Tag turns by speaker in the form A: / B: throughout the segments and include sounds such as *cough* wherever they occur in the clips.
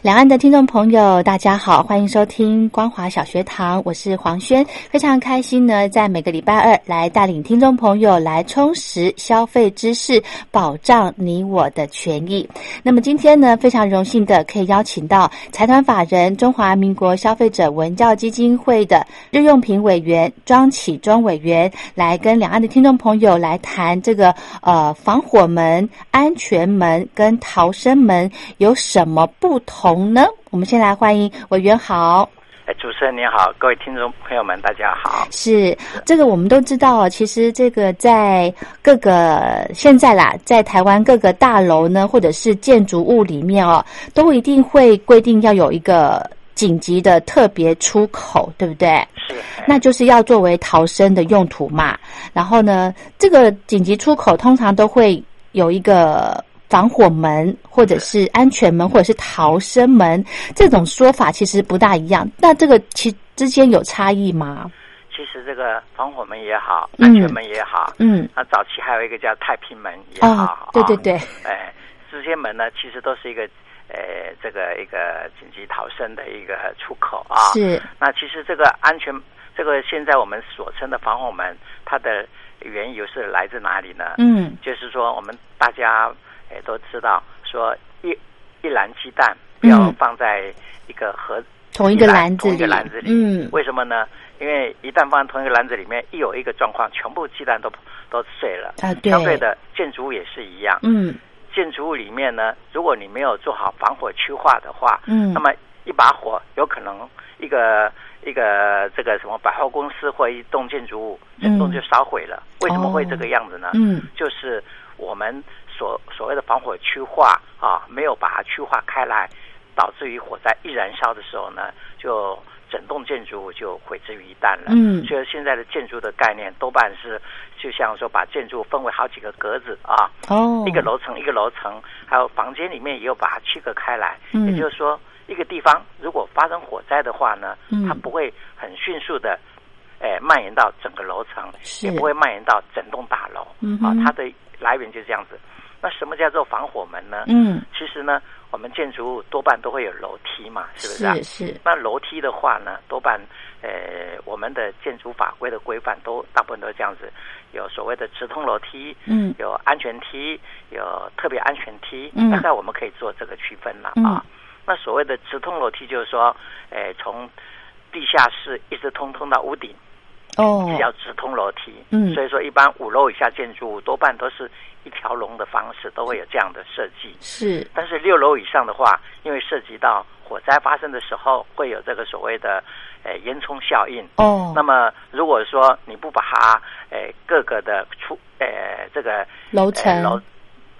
A: 两岸的听众朋友，大家好，欢迎收听光华小学堂，我是黄轩，非常开心呢，在每个礼拜二来带领听众朋友来充实消费知识，保障你我的权益。那么今天呢，非常荣幸的可以邀请到财团法人中华民国消费者文教基金会的日用品委员庄启忠委员来跟两岸的听众朋友来谈这个呃防火门、安全门跟逃生门有什么不同。红呢？我们先来欢迎委员好。
B: 哎，主持人你好，各位听众朋友们，大家好。
A: 是这个我们都知道，啊其实这个在各个现在啦，在台湾各个大楼呢，或者是建筑物里面哦，都一定会规定要有一个紧急的特别出口，对不对？
B: 是。哎
A: 那就是要作为逃生的用途嘛。然后呢，这个紧急出口通常都会有一个。防火门，或者是安全门，或者是逃生门，这种说法其实不大一样。那这个其之间有差异吗？
B: 其实这个防火门也好，安全门也好，
A: 嗯，
B: 那、啊、早期还有一个叫太平门也好，哦、
A: 对对对，
B: 哎、呃，这些门呢，其实都是一个。呃，这个一个紧急逃生的一个出口啊，
A: 是。
B: 那其实这个安全，这个现在我们所称的防火门，它的缘由是来自哪里呢？
A: 嗯，
B: 就是说我们大家也都知道，说一一篮鸡蛋不要放在一个盒、嗯、
A: 嗯同一个篮子里，
B: 同一个篮子里，
A: 嗯，
B: 为什么呢？因为一旦放同一个篮子里面，一有一个状况，全部鸡蛋都都碎了
A: 啊。对，
B: 相对的建筑物也是一样，
A: 嗯。
B: 建筑物里面呢，如果你没有做好防火区划的话，
A: 嗯，
B: 那么一把火有可能一个一个这个什么百货公司或一栋建筑物，整栋就烧毁了。
A: 嗯、
B: 为什么会这个样子呢？
A: 哦、嗯，
B: 就是我们所所谓的防火区划啊，没有把它区划开来，导致于火灾一燃烧的时候呢，就整栋建筑物就毁之于一旦了。
A: 嗯，
B: 所以现在的建筑的概念多半是。就像说，把建筑分为好几个格子啊，
A: 哦，
B: 一个楼层一个楼层，还有房间里面也有把它区隔开来。
A: 嗯，
B: 也就是说，一个地方如果发生火灾的话呢，
A: 嗯、
B: 它不会很迅速的，哎、呃，蔓延到整个楼层，也不会蔓延到整栋大楼。
A: 嗯，
B: 啊，它的来源就是这样子。那什么叫做防火门呢？
A: 嗯，
B: 其实呢，我们建筑物多半都会有楼梯嘛，是不是、啊？
A: 是是。
B: 那楼梯的话呢，多半呃，我们的建筑法规的规范都大部分都是这样子，有所谓的直通楼梯，
A: 嗯，
B: 有安全梯，有特别安全梯，
A: 嗯，
B: 大概我们可以做这个区分了啊。
A: 嗯、
B: 那所谓的直通楼梯就是说，呃，从地下室一直通通到屋顶。
A: 哦，
B: 叫直通楼梯，
A: 嗯，
B: 所以说一般五楼以下建筑物多半都是一条龙的方式，都会有这样的设计。
A: 是，
B: 但是六楼以上的话，因为涉及到火灾发生的时候会有这个所谓的呃烟囱效应。
A: 哦，
B: 那么如果说你不把它呃各个的出呃这个
A: 楼层、
B: 呃、楼，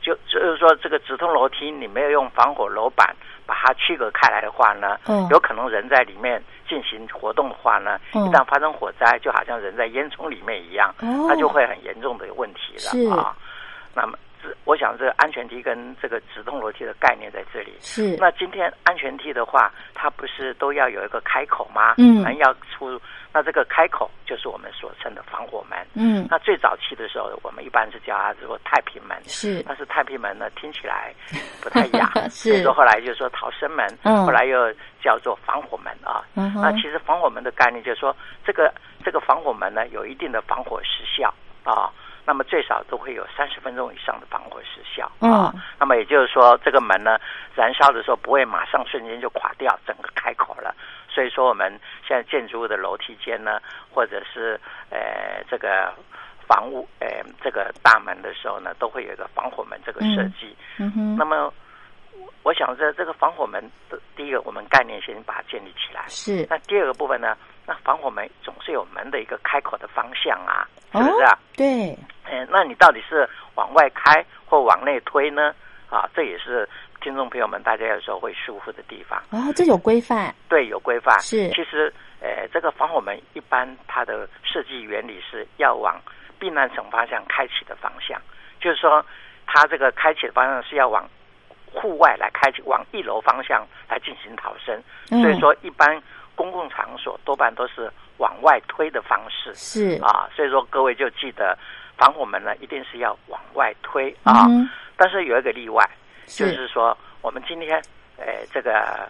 B: 就就是说这个直通楼梯你没有用防火楼板把它区隔开来的话呢，
A: 嗯、
B: 有可能人在里面。进行活动的话呢，
A: 嗯、
B: 一旦发生火灾，就好像人在烟囱里面一样，
A: 哦、
B: 它就会很严重的问题了啊。那么，我想这安全梯跟这个直通楼梯的概念在这里。
A: 是。
B: 那今天安全梯的话，它不是都要有一个开口吗？
A: 嗯。
B: 门要出，那这个开口就是我们所称的防火门。
A: 嗯。
B: 那最早期的时候，我们一般是叫它说太平门。
A: 是。
B: 但是太平门呢，听起来不太
A: *laughs*
B: 雅，
A: 所以
B: 说后来就说逃生门，
A: 嗯、
B: 后来又叫做防火门啊。
A: 嗯、
B: 那其实防火门的概念就是说，这个这个防火门呢，有一定的防火时效啊。那么最少都会有三十分钟以上的防火时效、
A: 嗯、
B: 啊。那么也就是说，这个门呢，燃烧的时候不会马上瞬间就垮掉整个开口了，所以说我们现在建筑物的楼梯间呢，或者是呃这个房屋呃这个大门的时候呢，都会有一个防火门这个设计。
A: 嗯哼，
B: 那么我想这这个防火门的第一个，我们概念先把它建立起来。
A: 是
B: 那第二个部分呢，那防火门总是有门的一个开口的方向啊，是不是啊？
A: 对，
B: 嗯，那你到底是往外开或往内推呢？啊，这也是听众朋友们大家有时候会疏忽的地方。
A: 哦，这有规范，
B: 对，有规范。
A: 是
B: 其实，呃，这个防火门一般它的设计原理是要往避难层方向开启的方向，就是说，它这个开启的方向是要往户外来开启，往一楼方向来进行逃生。
A: 嗯
B: 所以说，一般公共场所多半都是往外推的方式。
A: 是
B: 啊，所以说各位就记得防火门呢，一定是要往外推啊。
A: 嗯哼
B: 但是有一个例外，就是是说我们今天呃这个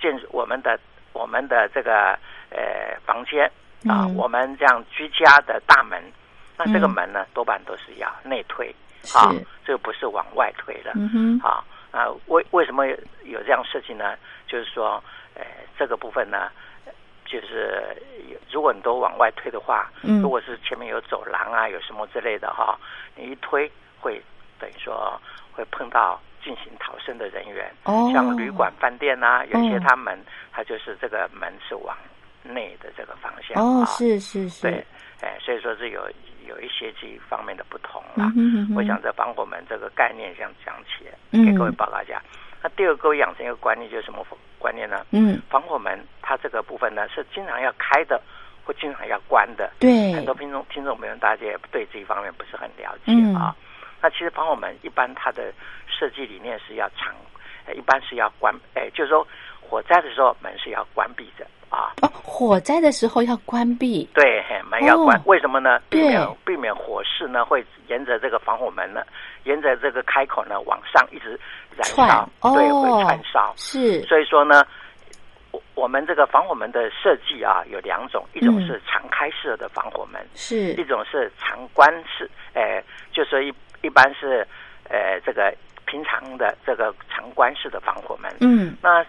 B: 建筑我们的我们的这个呃房间啊，
A: 嗯
B: 我们这样居家的大门，那这个
A: 嗯
B: 门呢多半都是要内推
A: 是
B: 啊，这个不是往外推的。
A: 嗯哼，
B: 啊啊，为为什么有有这样设计呢？就是说，呃，这个部分呢，呃就是有如果你都往外推的话，
A: 嗯
B: 如果是前面有走廊啊，有什么之类的哈、你一推会等于说会碰到进行逃生的人员，
A: 哦，
B: 像旅馆、饭店呐、有一些
A: 嗯
B: 他们、它就是这个门是往内的这个方向
A: 哦，
B: 啊，
A: 是是是，
B: 对，哎、所以说是有有一些这一方面的不同啦。
A: 嗯哼嗯哼，
B: 啊我想再帮我们这个概念想讲起
A: 嗯
B: 来，给各位报告一下。那第二个，各位养成一个观念就是什么观念呢？
A: 嗯，
B: 防火门它这个部分呢是经常要开的，或经常要关的。
A: 对，
B: 很多听众听众朋友大家也对这一方面不是很了解
A: 嗯
B: 啊。那其实防火门一般它的设计理念是要常，呃一般是要关，哎，就是说火灾的时候门是要关闭着啊。
A: 哦，火灾的时候要关闭，
B: 对，嘿门要关，
A: 哦
B: 为什么呢？避免
A: 对
B: 避免火势呢会沿着这个防火门呢，沿着这个开口呢往上一直燃
A: 串
B: 烧，对，
A: 哦
B: 会串烧。
A: 是，
B: 所以说呢，我我们这个防火门的设计啊有两种，一种
A: 嗯
B: 是常开式的防火门，
A: 是
B: 一种是常关式，呃，就是一一般是呃这个平常的这个常关式的防火门。
A: 嗯，
B: 那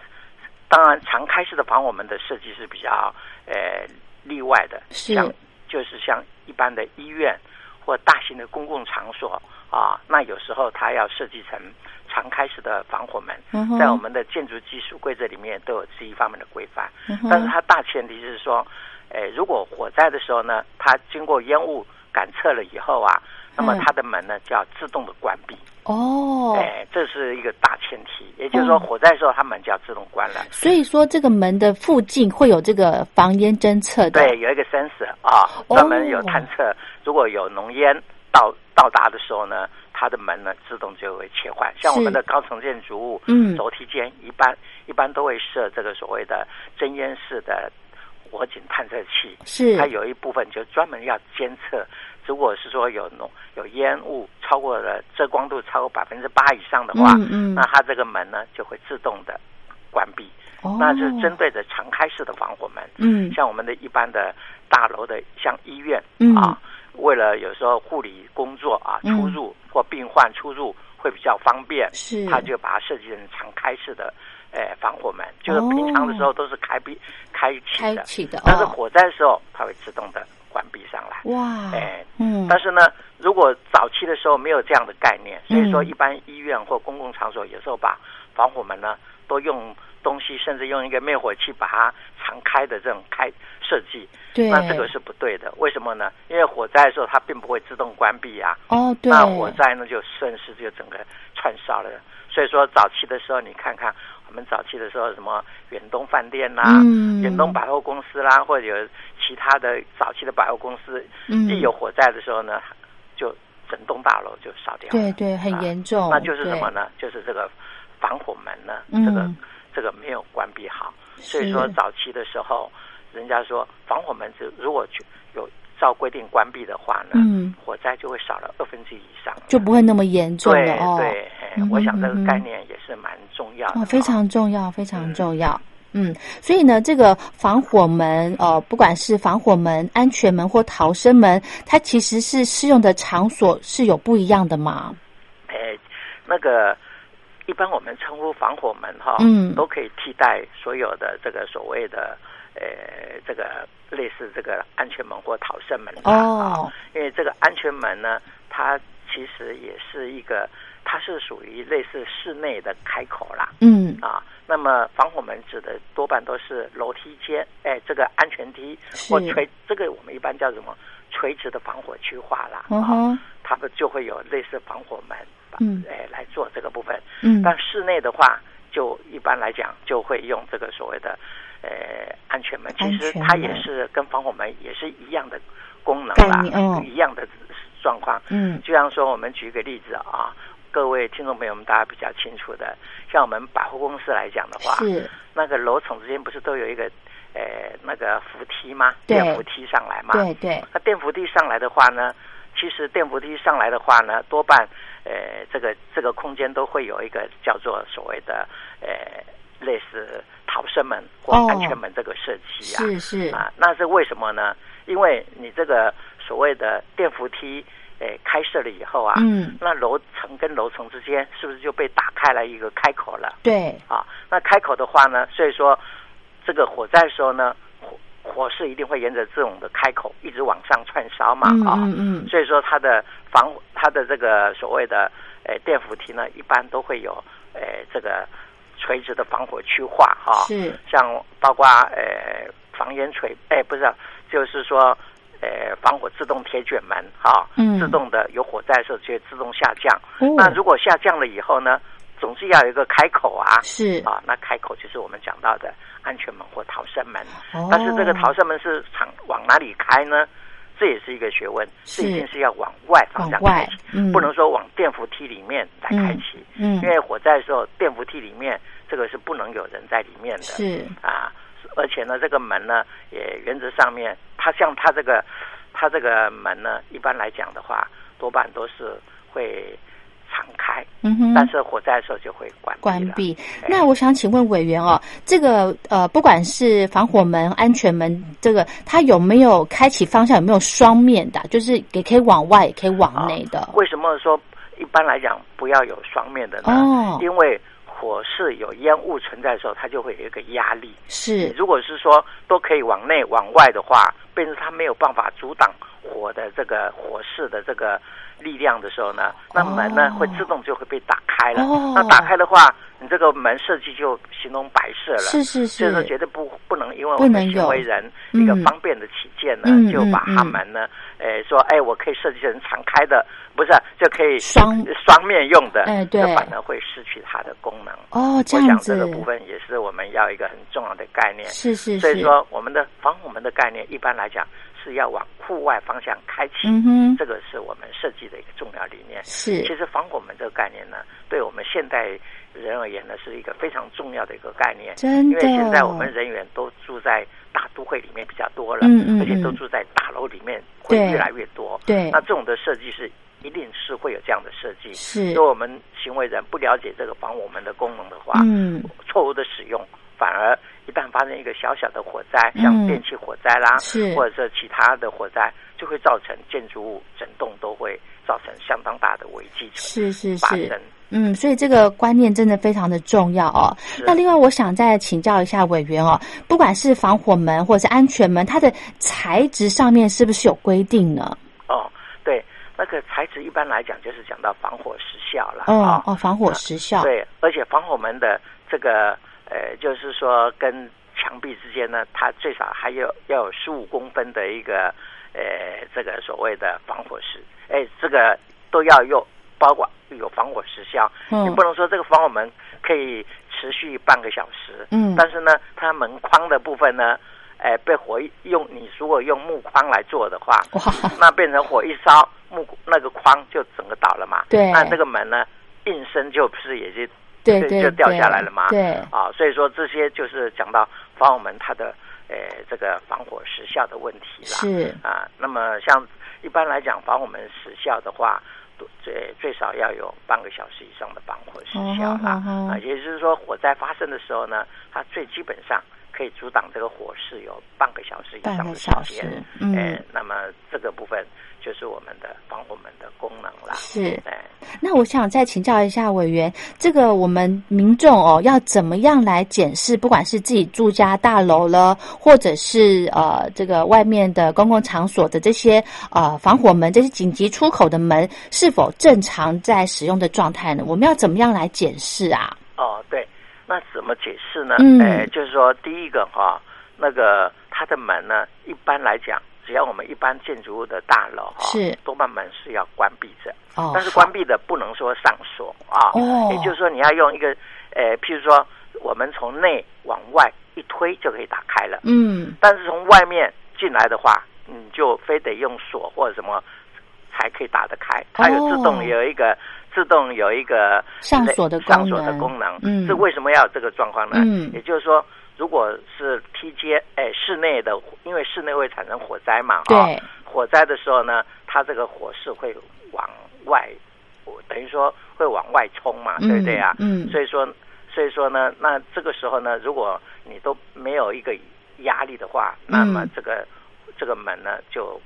B: 当然，常开式的防火门的设计是比较呃例外的，
A: 是
B: 像就是像一般的医院或大型的公共场所啊，那有时候它要设计成常开式的防火门，
A: 嗯哼
B: 在我们的建筑技术规则里面都有这一方面的规范，
A: 嗯哼
B: 但是它大前提是说，呃，如果火灾的时候呢，它经过烟雾感测了以后啊，那么
A: 嗯
B: 它的门呢就要自动的关闭。
A: 哦，
B: 哎，这是一个大前提，也就是说
A: 嗯
B: 火灾的时候它门就要自动关了。
A: 所以说这个门的附近会有这个防烟侦测的，
B: 对，有一个 sensor 啊，
A: 哦
B: 专门有探测，如果有浓烟到到达的时候呢，它的门呢自动就会切换。像
A: 是
B: 我们的高层建筑物，
A: 嗯
B: 楼梯间一般一般都会设这个所谓的侦烟式的火警探测器，
A: 是，
B: 它有一部分就专门要监测，如果是说有浓有烟雾超过了遮光度超过百分之八以上的话，
A: 嗯嗯
B: 那它这个门呢就会自动的关闭。
A: 哦
B: 那是针对着常开式的防火门，
A: 嗯
B: 像我们的一般的大楼的，像医院、
A: 嗯
B: 啊，为了有时候护理工作啊，
A: 嗯
B: 出入或病患出入会比较方便，
A: 是
B: 他就把它设计成常开式的。呃，防火门就是平常的时候都是开闭、开启
A: 哦开
B: 的，
A: 启的，
B: 但是
A: 哦
B: 火灾的时候，它会自动的关闭上来。
A: 哇，
B: 哎
A: 嗯，
B: 但是呢，如果早期的时候没有这样的概念，所以说
A: 嗯
B: 一般医院或公共场所有时候把防火门呢都用东西，甚至用一个灭火器把它常开的这种开设计，
A: 对，
B: 那这个是不对的。为什么呢？因为火灾的时候它并不会自动关闭啊，
A: 哦，对，
B: 那火灾呢就顺势就整个串烧了。所以说早期的时候，你看看我们早期的时候，什么远东饭店啦、
A: 嗯
B: 远东百货公司啦，或者有其他的早期的百货公司，
A: 嗯
B: 一有火灾的时候呢，就整栋大楼就烧掉了。
A: 对对很严重，
B: 啊那就是什么
A: 对？
B: 呢？就是这个防火门呢，
A: 嗯
B: 这个这个没有关闭好，所以说
A: 是
B: 早期的时候，人家说防火门是如果去有照规定关闭的话呢，
A: 嗯
B: 火灾就会少了二分之一以上了，
A: 就不会那么严重
B: 对
A: 了哦。
B: 对，啊哎
A: 嗯哼
B: 我想这
A: 嗯
B: 个
A: 哼
B: 概念也是蛮重要的、
A: 哦，非。常重要，非常重要。嗯，所以呢，这个防火门，呃，不管是防火门、安全门或逃生门，它其实是适用的场所是有不一样的嘛？
B: 哎，那个一般我们称呼防火门哈，
A: 嗯
B: 都可以替代所有的这个所谓的呃这个类似这个安全门或逃生门啦啊
A: 哦，
B: 因为这个安全门呢，它其实也是一个，它是属于类似室内的开口啦
A: 嗯
B: 啊。那么防火门指的多半都是楼梯间，哎，这个安全梯
A: 是
B: 或垂，这个我们一般叫什么垂直的防火区划啦
A: 嗯
B: 啊，
A: 哼
B: 他们就会有类似防火门，
A: 嗯
B: 哎来做这个部分。
A: 嗯
B: 但室内的话，就一般来讲就会用这个所谓的呃安全门，其
A: 安
B: 实
A: 全门
B: 它也是跟防火门也是一样的功能
A: 概
B: 啦
A: 念，嗯
B: 一样的状况。
A: 嗯
B: 就像说，我们举一个例子啊，各位听众朋友们，大家比较清楚的，像我们百货公司来讲的话，
A: 是
B: 那个楼层之间不是都有一个呃那个扶梯吗？
A: 对
B: 电扶梯上来嘛。
A: 对对
B: 那电扶梯上来的话呢，其实电扶梯上来的话呢，多半呃这个这个空间都会有一个叫做所谓的呃类似逃生门或
A: 哦
B: 安全门这个设计啊。
A: 是是
B: 啊，那是为什么呢？因为你这个所谓的电扶梯，呃，开设了以后啊，
A: 嗯
B: 那楼层跟楼层之间是不是就被打开了一个开口了？
A: 对
B: 啊，那开口的话呢，所以说这个火灾的时候呢，火火势一定会沿着这种的开口一直往上窜烧嘛
A: 嗯
B: 啊，
A: 嗯嗯
B: 所以说它的防它的这个所谓的呃电扶梯呢，一般都会有呃这个垂直的防火区划哈、啊，
A: 是
B: 像包括呃防烟垂，哎不是啊，就是说。呃，防火自动铁卷门啊，
A: 嗯
B: 自动的有火灾的时候就会自动下降。
A: 哦
B: 那如果下降了以后呢，总是要有一个开口啊，
A: 是
B: 啊，那开口就是我们讲到的安全门或逃生门。
A: 哦
B: 但是这个逃生门是常往哪里开呢？这也是一个学问，
A: 是
B: 这一定是要往外方
A: 往
B: 向开
A: 外
B: 启，
A: 嗯
B: 不能说往电扶梯里面来开启，
A: 嗯
B: 因为火灾的时候，电扶梯里面这个是不能有人在里面的。
A: 是
B: 啊，而且呢，这个门呢，也原则上面，它像它这个，它这个门呢，一般来讲的话，多半都是会常开，
A: 嗯哼
B: 但是火灾的时候就会关闭
A: 关
B: 了
A: 闭。
B: 哎
A: 那我想请问委员哦，这个呃，不管是防火门、安全门，这个它有没有开启方向？有没有双面的啊？就是也可以往外，也可以往内的。
B: 为什么说一般来讲不要有双面的呢？
A: 哦
B: 因为火势有烟雾存在的时候，它就会有一个压力。
A: 是
B: 如果是说都可以往内往外的话，变成它没有办法阻挡火的这个火势的这个力量的时候呢，那门呢、
A: 哦
B: 会自动就会被打开了。
A: 哦
B: 那打开的话，你这个门设计就形同白设了。
A: 是是
B: 所以说，绝
A: 是，
B: 对不不能因为
A: 不
B: 我
A: 能
B: 们
A: 有
B: 行为人
A: 嗯
B: 一个方便的起见呢，
A: 嗯
B: 就把他们呢，呃，说，哎，我可以设计成常开的，不是就可以
A: 双
B: 双面用的，
A: 哎对
B: 这反而会失去它的功能。
A: 哦，这
B: 我
A: 样
B: 想这
A: 子
B: 个部分也是我们要一个很重要的概念。
A: 是是
B: 所以
A: 是，
B: 说，我们的防火门的概念，一般来讲是要往户外方向开启，
A: 嗯哼，
B: 这个是我们设计的一个重要理念。
A: 是
B: 其实防火门这个概念呢，对我们现代人而言呢，是一个非常重要的一个概念。
A: 真
B: 因
A: 的。
B: 为现在我们人员都住在大都会里面比较多了，
A: 嗯嗯
B: 而且都
A: 嗯
B: 住在大楼里面会
A: 对
B: 越来越多。
A: 对
B: 那这种的设计是一定是会有这样的设计。
A: 是
B: 如果我们行为人不了解这个防火门的功能的话，
A: 嗯
B: 错误的使用，反而一旦发生一个小小的火灾，
A: 嗯
B: 像电气火灾啦，
A: 是
B: 或者是其他的火灾，就会造成建筑物整栋都会造成相当大的危机
A: 是是
B: 发
A: 是
B: 生。。
A: 嗯，所以这个观念真的非常的重要哦。那另外，我想再请教一下委员哦，不管是防火门或者是安全门，它的材质上面是不是有规定呢？
B: 哦，对，那个材质一般来讲就是讲到防火时效了
A: 哦
B: 啊、
A: 哦，防火时效，
B: 对，而且防火门的这个呃，就是说跟墙壁之间呢，它最少还有要有十五公分的一个呃，这个所谓的防火时，哎，这个都要有，包括有防火时效，你
A: 嗯
B: 不能说这个防火门可以持续半个小时，
A: 嗯
B: 但是呢，它门框的部分呢，哎、被火一用你如果用木框来做的
A: *laughs*
B: 话，
A: 哇，
B: 那变成火一烧，木那个框就整个倒了嘛。
A: 对
B: 那这个门呢，应声就不是也就
A: 对
B: 就
A: 对
B: 就掉
A: 对
B: 下来了嘛。
A: 对
B: 啊，所以说这些就是讲到防火门它的呃这个防火时效的问题啦。
A: 是
B: 啊，那么像一般来讲，防火门时效的话。都最最少要有半个小时啊以上的防火时效啦，
A: 哦吼吼吼
B: 啊，也就是说火灾发生的时候呢，它最基本上可以阻挡这个火势有半个小时以
A: 半
B: 上
A: 个
B: 的
A: 小
B: 时间
A: 时。，嗯，
B: 哎，那么这个部分就是我们的防火门的功能啦。
A: 是。
B: 哎，
A: 那我想再请教一下委员，这个我们民众哦，要怎么样来检视，不管是自己住家大楼了，或者是呃这个外面的公共场所的这些呃防火门、这些紧急出口的门是否正常在使用的状态呢？我们要怎么样来检视啊？
B: 哦，对，那怎么解释呢？
A: 嗯
B: 哎，就是说第一个哈、那个它的门呢，一般来讲，只要我们一般建筑物的大楼哈、
A: 是
B: 多半门是要关闭着。
A: 哦，
B: 但是关闭的不能说上锁啊，
A: 哦
B: 也就是说你要用一个，呃，譬如说我们从内往外一推就可以打开了，
A: 嗯，
B: 但是从外面进来的话，你就非得用锁或者什么才可以打得
A: 哦
B: 开，它有自动有一个、自动有一个
A: 上锁的功能
B: 上锁的功能，
A: 嗯
B: 这为什么要有这个状况呢？
A: 嗯
B: 也就是说。如果是梯间，哎，室内的，因为室内会产生火灾嘛，哈、
A: 对，
B: 火灾的时候呢，它这个火势会往外，等于说会往外冲嘛，
A: 嗯
B: 对不对啊？
A: 嗯
B: 所以说，所以说呢，那这个时候呢，如果你都没有一个压力的话，
A: 嗯
B: 那么这个、这个门呢就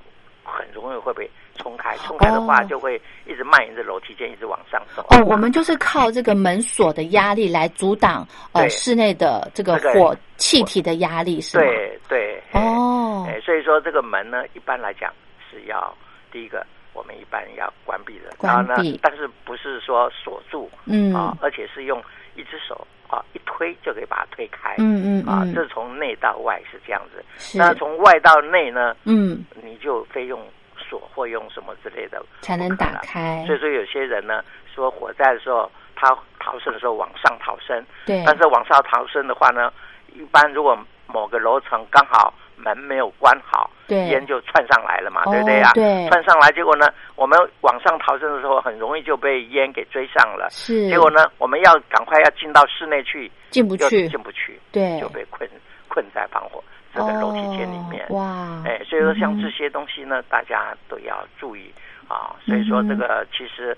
B: 很容易会被冲开，冲开的话
A: 哦
B: 就会一直蔓延着楼梯间，一直往上走。
A: 哦，我们就是靠这个门锁的压力来阻挡呃
B: 对
A: 室内的这个
B: 这个
A: 火气体的压力，是吗？
B: 对对嘿
A: 哦
B: 哎，所以说这个门呢，一般来讲是要第一个，我们一般要关闭的，
A: 关
B: 然后
A: 闭
B: 呢，但是不是说锁住
A: 嗯
B: 啊，而且是用一只手啊一推就可以把它推开，
A: 嗯嗯
B: 啊
A: 嗯，
B: 这是从内到外是这样子。
A: 是
B: 那从外到内呢，
A: 嗯
B: 你就非用锁或用什么之类的
A: 才能
B: 不可
A: 打开
B: 所，以说有些人呢，说火灾的时候，他逃生的时候往上逃生，
A: 对，
B: 但是往上逃生的话呢，一般如果某个楼层刚好门没有关好，
A: 对
B: 烟就窜上来了嘛，
A: 哦
B: 对不对呀、
A: 对
B: 窜上来，结果呢，我们往上逃生的时候，很容易就被烟给追上了。
A: 是
B: 结果呢，我们要赶快要进到室内去，
A: 进不
B: 又
A: 去，
B: 进不去，
A: 对，
B: 就被困困在防火这个楼梯间里面。
A: 哦哇，
B: 哎，所以说像
A: 嗯
B: 这些东西呢，大家都要注意啊。所以说这个其实，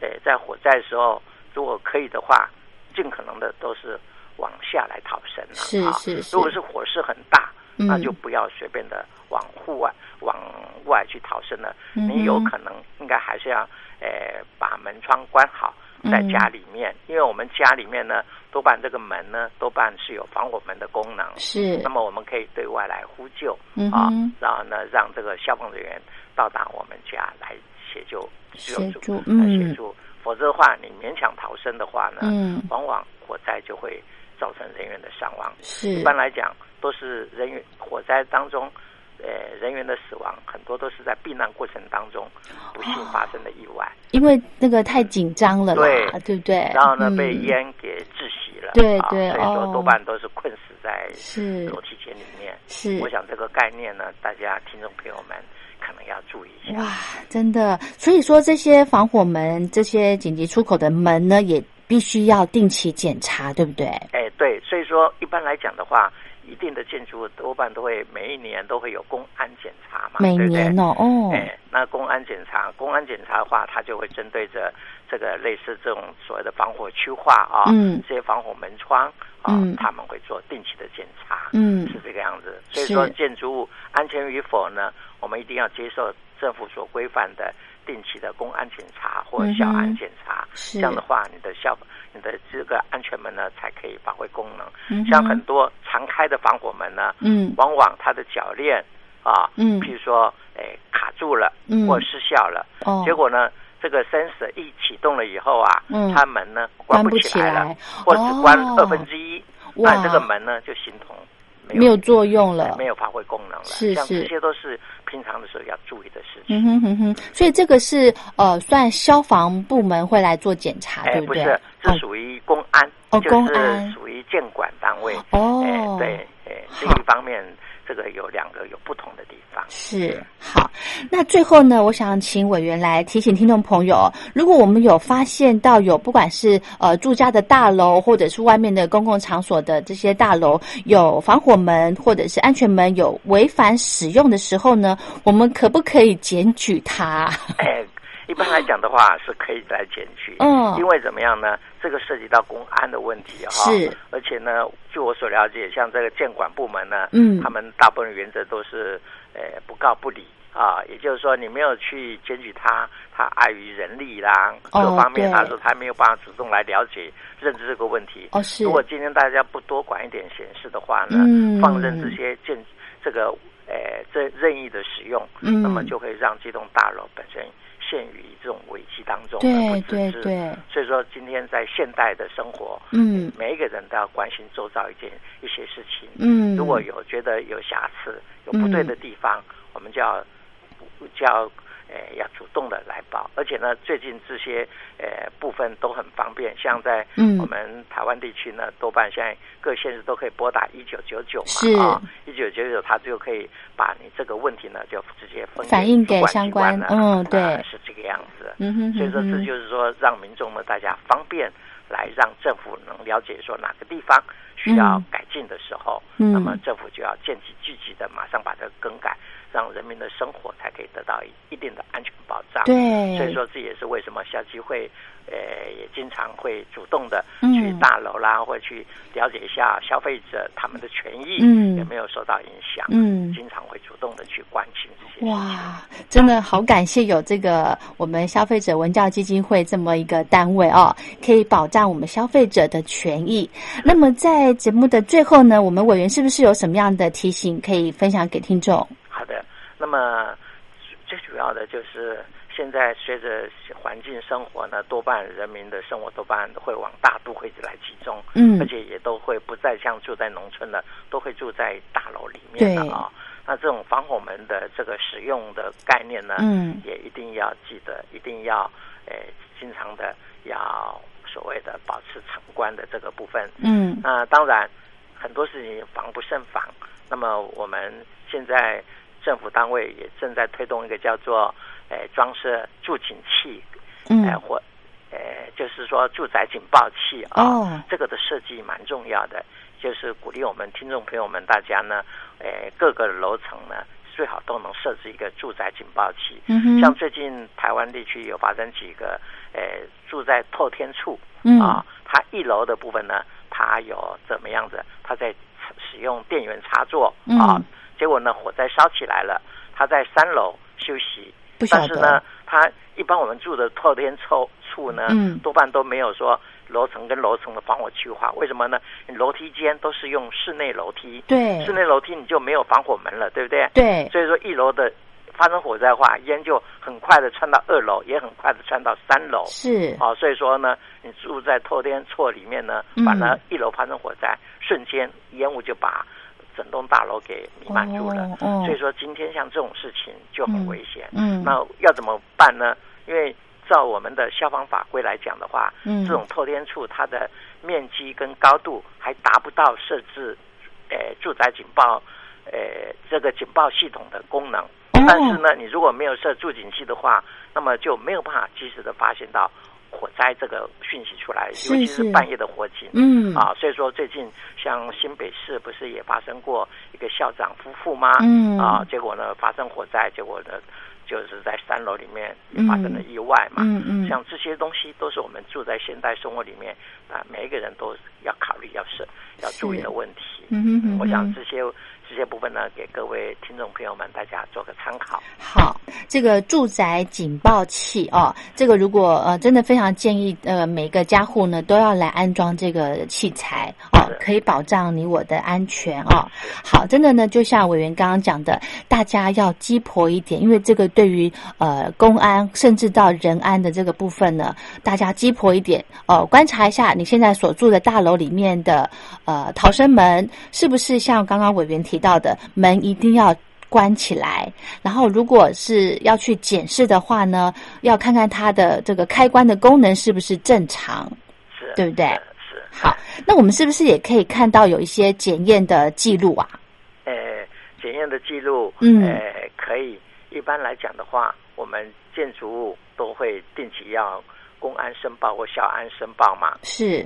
B: 呃，在火灾的时候，如果可以的话，尽可能的都是往下来逃生啊。
A: 是
B: 啊
A: 是是
B: 如果是火势很大，
A: 嗯
B: 那就不要随便的往户外、往外去逃生了。
A: 嗯哼
B: 你有可能应该还是要，呃，把门窗关好。
A: 嗯
B: 在家里面，因为我们家里面呢，多半这个门呢，多半是有防火门的功能。
A: 是
B: 那，么我们可以对外来呼救、
A: 嗯
B: 啊
A: 哼，
B: 然后呢，让这个消防人员到达我们家来协救、
A: 协助
B: 助、
A: 嗯
B: 呃协助。否则的话，你勉强逃生的话呢，
A: 嗯
B: 往往火灾就会造成人员的伤亡。
A: 是
B: 一般来讲，都是人员火灾当中。呃，人员的死亡很多都是在避难过程当中不幸发生的意外，
A: 因为那个太紧张了啦，
B: 对
A: 对不对？
B: 然后呢、被
A: 嗯
B: 烟给窒息了，
A: 对
B: 啊
A: 对
B: 所以说
A: 哦
B: 多半都是困死在
A: 是
B: 楼梯间里面。
A: 是
B: 我想这个概念呢，大家听众朋友们可能要注意一下。
A: 哇，真的，所以说这些防火门、这些紧急出口的门呢，也必须要定期检查，对不对？
B: 哎，对，所以说一般来讲的话，一定的建筑多半都会每一年都会有公安检查嘛，
A: 每年
B: 对
A: 哦，
B: 不
A: 哦
B: 对？，哎，那公安检查，公安检查的话，它就会针对着这个类似这种所谓的防火区划啊，
A: 嗯
B: 这些防火门窗啊，
A: 嗯
B: 他们会做定期的检查，
A: 嗯
B: 是这个样子。所以说，
A: 是
B: 建筑物安全与否呢，我们一定要接受政府所规范的定期的公安检查或
A: 嗯哼
B: 小安检查。
A: 是
B: 这样的话，你的消你的这个安全门呢才可以发挥功能。
A: 嗯哼
B: 像很多常开的防火门呢，
A: 嗯
B: 往往它的铰链啊，
A: 嗯
B: 譬如说，哎，卡住了，
A: 嗯
B: 或失效了，
A: 哦，
B: 结果呢，这个 sensor 一启动了以后啊，
A: 嗯
B: 它门呢
A: 关
B: 关不
A: 不
B: 起
A: 起
B: 来了，
A: 来
B: 或只关
A: 哦
B: 二分之一，
A: 哇
B: 那这个门呢就形同
A: 没有作用了，
B: 没有发挥功能了。
A: 是
B: 像
A: 是
B: 这些都是平常的时候要注意的事情。
A: 嗯哼哼哼，所以这个是呃，算消防部门会来做检查，啊
B: 哎
A: 对，
B: 不
A: 对？
B: 是，这属于公安，
A: 哦
B: 就
A: 公安
B: 是属于监管单位。
A: 哦
B: 哎，对，哎，这
A: 好
B: 一方面，这个有两个有不同的地方。
A: 是好。那最后呢，我想请委员来提醒听众朋友，如果我们有发现到有不管是呃住家的大楼，或者是外面的公共场所的这些大楼有防火门或者是安全门有
B: *laughs*
A: 违反使用的时候呢，我们可不可以检举他？
B: 哎，一般来讲的
A: 哦
B: 话是可以来减去，
A: 嗯
B: 因为怎么样呢？这个涉及到公安的问题哈、
A: 是，
B: 而且呢，据我所了解，像这个监管部门呢，
A: 嗯
B: 他们大部分原则都是呃不告不理。啊，也就是说，你没有去检举他，他碍于人力啦，
A: 哦
B: 各方面，
A: 对
B: 他说他没有办法主动来了解、认知这个问题。
A: 哦是
B: 如果今天大家不多管一点闲事的话呢，
A: 嗯
B: 放任这些建这个呃任任意的使用，
A: 嗯
B: 那么就会让这栋大楼本身陷于这种危机当中，而
A: 对
B: 不
A: 对
B: 自知。
A: 对，
B: 所以说，今天在现代的生活，
A: 嗯
B: 每一个人都要关心周遭一件一些事情。
A: 嗯，
B: 如果有觉得有瑕疵、有不对的地方，我们就要就要呃要主动的来报。而且呢，最近这些呃部分都很方便，像在
A: 嗯
B: 我们台湾地区呢，多半现在各县市都可以拨打一九九九
A: 是
B: 嘛啊，一九九九它就可以把你这个问题呢就直接分
A: 反映给
B: 主管
A: 相
B: 机
A: 关
B: 呢
A: 嗯对
B: 啊是这个样子。
A: 嗯哼，
B: 所以说，
A: 嗯
B: 这
A: 哼
B: 就是说，让民众呢大家方便来让政府能了解说哪个地方需要
A: 嗯
B: 改进的时候，
A: 嗯
B: 那么政府就要见机积极的马上把这个更改，让人民的生活才可以得到一一定的安全保障。
A: 对，
B: 所以说，这也是为什么校机会，呃，也经常会主动的
A: 嗯
B: 去大楼啦，或者去了解一下消费者他们的权益、
A: 嗯
B: 有没有受到影响，
A: 嗯
B: 经常会主动的去关心这些事情。
A: 哇，真的好感谢有这个我们消费者文教基金会这么一个单位哦，可以保障我们消费者的权益。那么在节目的最后呢，我们委员是不是有什么样的提醒可以分享给听众？
B: 好的，那么最最主要的就是现在随着环境生活呢，多半人民的生活多半会往大都会来集中，
A: 嗯
B: 而且也都会不再像住在农村了，都会住在大楼里面了啊、那这种防火门的这个使用的概念呢，
A: 嗯
B: 也一定要记得，一定要呃经常的要所谓的保持城关的这个部分，
A: 嗯
B: 那当然，很多事情防不胜防。那么我们现在政府单位也正在推动一个叫做“呃装设助警器”呃
A: 嗯
B: 或呃就是说住宅警报器啊、
A: 哦
B: 这个的设计蛮重要的，就是鼓励我们听众朋友们大家呢，呃各个楼层呢最好都能设置一个住宅警报器。
A: 嗯哼
B: 像最近台湾地区有发生几个呃住在透天处，
A: 嗯
B: 啊，它一楼的部分呢，它有怎么样子？它在使用电源插座啊，
A: 嗯
B: 结果呢火灾烧起来了，它在三楼休息。
A: 不晓
B: 但
A: 得
B: 是呢，它一般我们住的透天处处呢，
A: 嗯
B: 多半都没有说楼层跟楼层的防火区划。为什么呢？你楼梯间都是用室内楼梯，
A: 对
B: 室内楼梯你就没有防火门了，对不对？
A: 对
B: 所以说一楼的发生火灾的话，烟就很快的窜到二楼，也很快的窜到三楼。
A: 是
B: 哦，所以说呢，你住在透天厝里面呢
A: 嗯，
B: 反而一楼发生火灾，瞬间烟雾就把整栋大楼给弥漫住了。
A: 哦哦
B: 所以说，今天像这种事情就很危险。
A: 嗯
B: 那要怎么办呢？因为照我们的消防法规来讲的话，
A: 嗯
B: 这种透天处它的面积跟高度还达不到设置，呃，住宅警报，呃，这个警报系统的功能。
A: 哦
B: 但是呢，你如果没有设住警器的话，那么就没有办法及时的发现到火灾这个讯息出来，
A: 是
B: 尤其
A: 是
B: 是半夜的火警。
A: 嗯
B: 啊，所以说最近像新北市不是也发生过一个校长夫妇吗？
A: 嗯
B: 啊，结果呢发生火灾，结果呢就是在三楼里面也发生了意外嘛。
A: 嗯嗯
B: 像这些东西都是我们住在现代生活里面啊，每一个人都要考虑要是要注意的问题。
A: 嗯哼嗯哼
B: 我想这些这些部分呢，给各位听众朋友们大家做个参考。
A: 好，这个住宅警报器哦，这个如果呃真的非常建议呃每个家户呢都要来安装这个器材哦
B: 是，
A: 可以保障你我的安全哦。好，真的呢，就像委员刚刚讲的，大家要鸡婆一点，因为这个对于呃公安甚至到人安的这个部分呢，大家鸡婆一点哦，观察一下你现在所住的大楼里面的呃逃生门是不是像刚刚委员提到的，门一定要关起来。然后，如果是要去检视的话呢，要看看它的这个开关的功能是不是正常。
B: 是，呃
A: 对不对
B: 是？是。
A: 好，那我们是不是也可以看到有一些检验的记录啊？
B: 呃检验的记录，
A: 嗯
B: 呃，可以。一般来讲的话，我们建筑物都会定期要公安申报或校安申报嘛。
A: 是，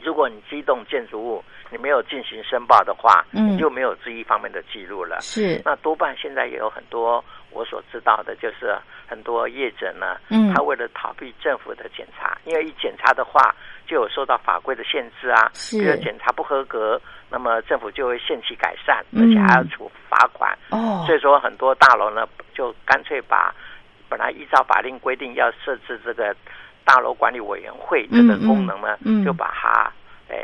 B: 如果你机动建筑物，你没有进行申报的话，
A: 嗯
B: 你就没有这一方面的记录了。
A: 是，
B: 那多半现在也有很多我所知道的，就是很多业者呢，
A: 嗯
B: 他为了逃避政府的检查，因为一检查的话就有受到法规的限制啊，
A: 是
B: 比如检查不合格，那么政府就会限期改善，
A: 嗯
B: 而且还要处罚款。
A: 哦
B: 所，以说，很多大楼呢就干脆把本来依照法令规定要设置这个大楼管理委员会这
A: 嗯
B: 个功能呢，
A: 嗯嗯
B: 就把它呃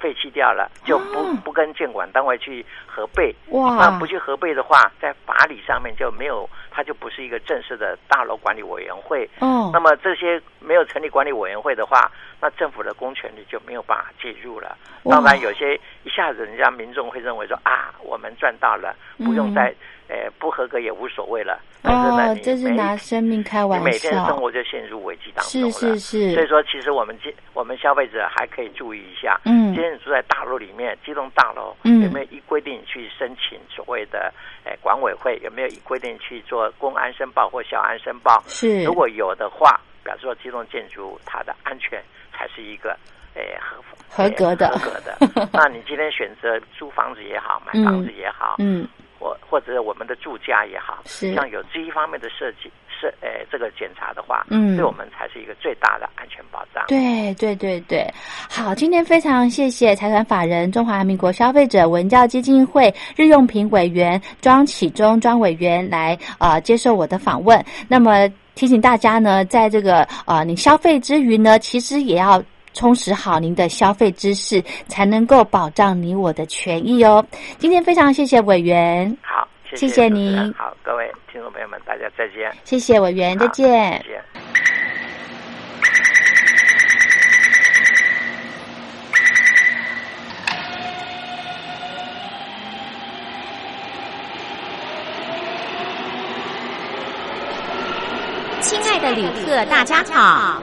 B: 废弃掉了，就不、
A: 哦
B: 不跟监管单位去核备。那
A: 哇
B: 不，去核备的话，在法理上面就没有，它就不是一个正式的大楼管理委员会。
A: 哦
B: 那，么这些没有成立管理委员会的话，那政府的公权力就没有办法介入了。
A: 哇
B: 当然，有些一下子人家民众会认为说啊，我们赚到了，不用再、呃不合格也无所谓了。但是呢，
A: 嗯哦，
B: 你
A: 这是
B: 每
A: 拿生命开
B: 你
A: 玩
B: 每天的生
A: 笑，
B: 活就陷入危机当中
A: 是
B: 了。
A: 是
B: 所以
A: 是，
B: 说，其实我们今我们消费者还可以注意一下，
A: 嗯
B: 今天你住在大楼里面，机动大楼
A: 嗯
B: 有没有依规定去申请所谓的呃管委会？有没有依规定去做公安申报或小安申报？
A: 是，
B: 如果有的话，表示说机动建筑物它的安全才是一个诶合
A: 合格的
B: 诶合格
A: *laughs*
B: 的。那你今天选择租房子也好，买
A: 嗯
B: 房子也好，
A: 嗯
B: 或或者我们的住家也好，
A: 是
B: 像有这一方面的设计是诶这个检查的话，
A: 嗯
B: 对我们才是一个最大的安全保障。
A: 对对对对，好，今天非常谢谢财团法人中华民国消费者文教基金会日用品委员庄启忠庄委员来呃接受我的访问。那么提醒大家呢，在这个呃你消费之余呢，其实也要。充实好您的消费知识，才能够保障你我的权益哦。今天非常谢谢委员，
B: 好，谢
A: 谢谢
B: 主持人
A: 您
B: 好，各位听众朋友们，大家再见。
A: 谢谢委员，再
B: 好
A: 见
B: 再。见。
C: 亲爱的旅客，大家好，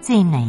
D: 最暖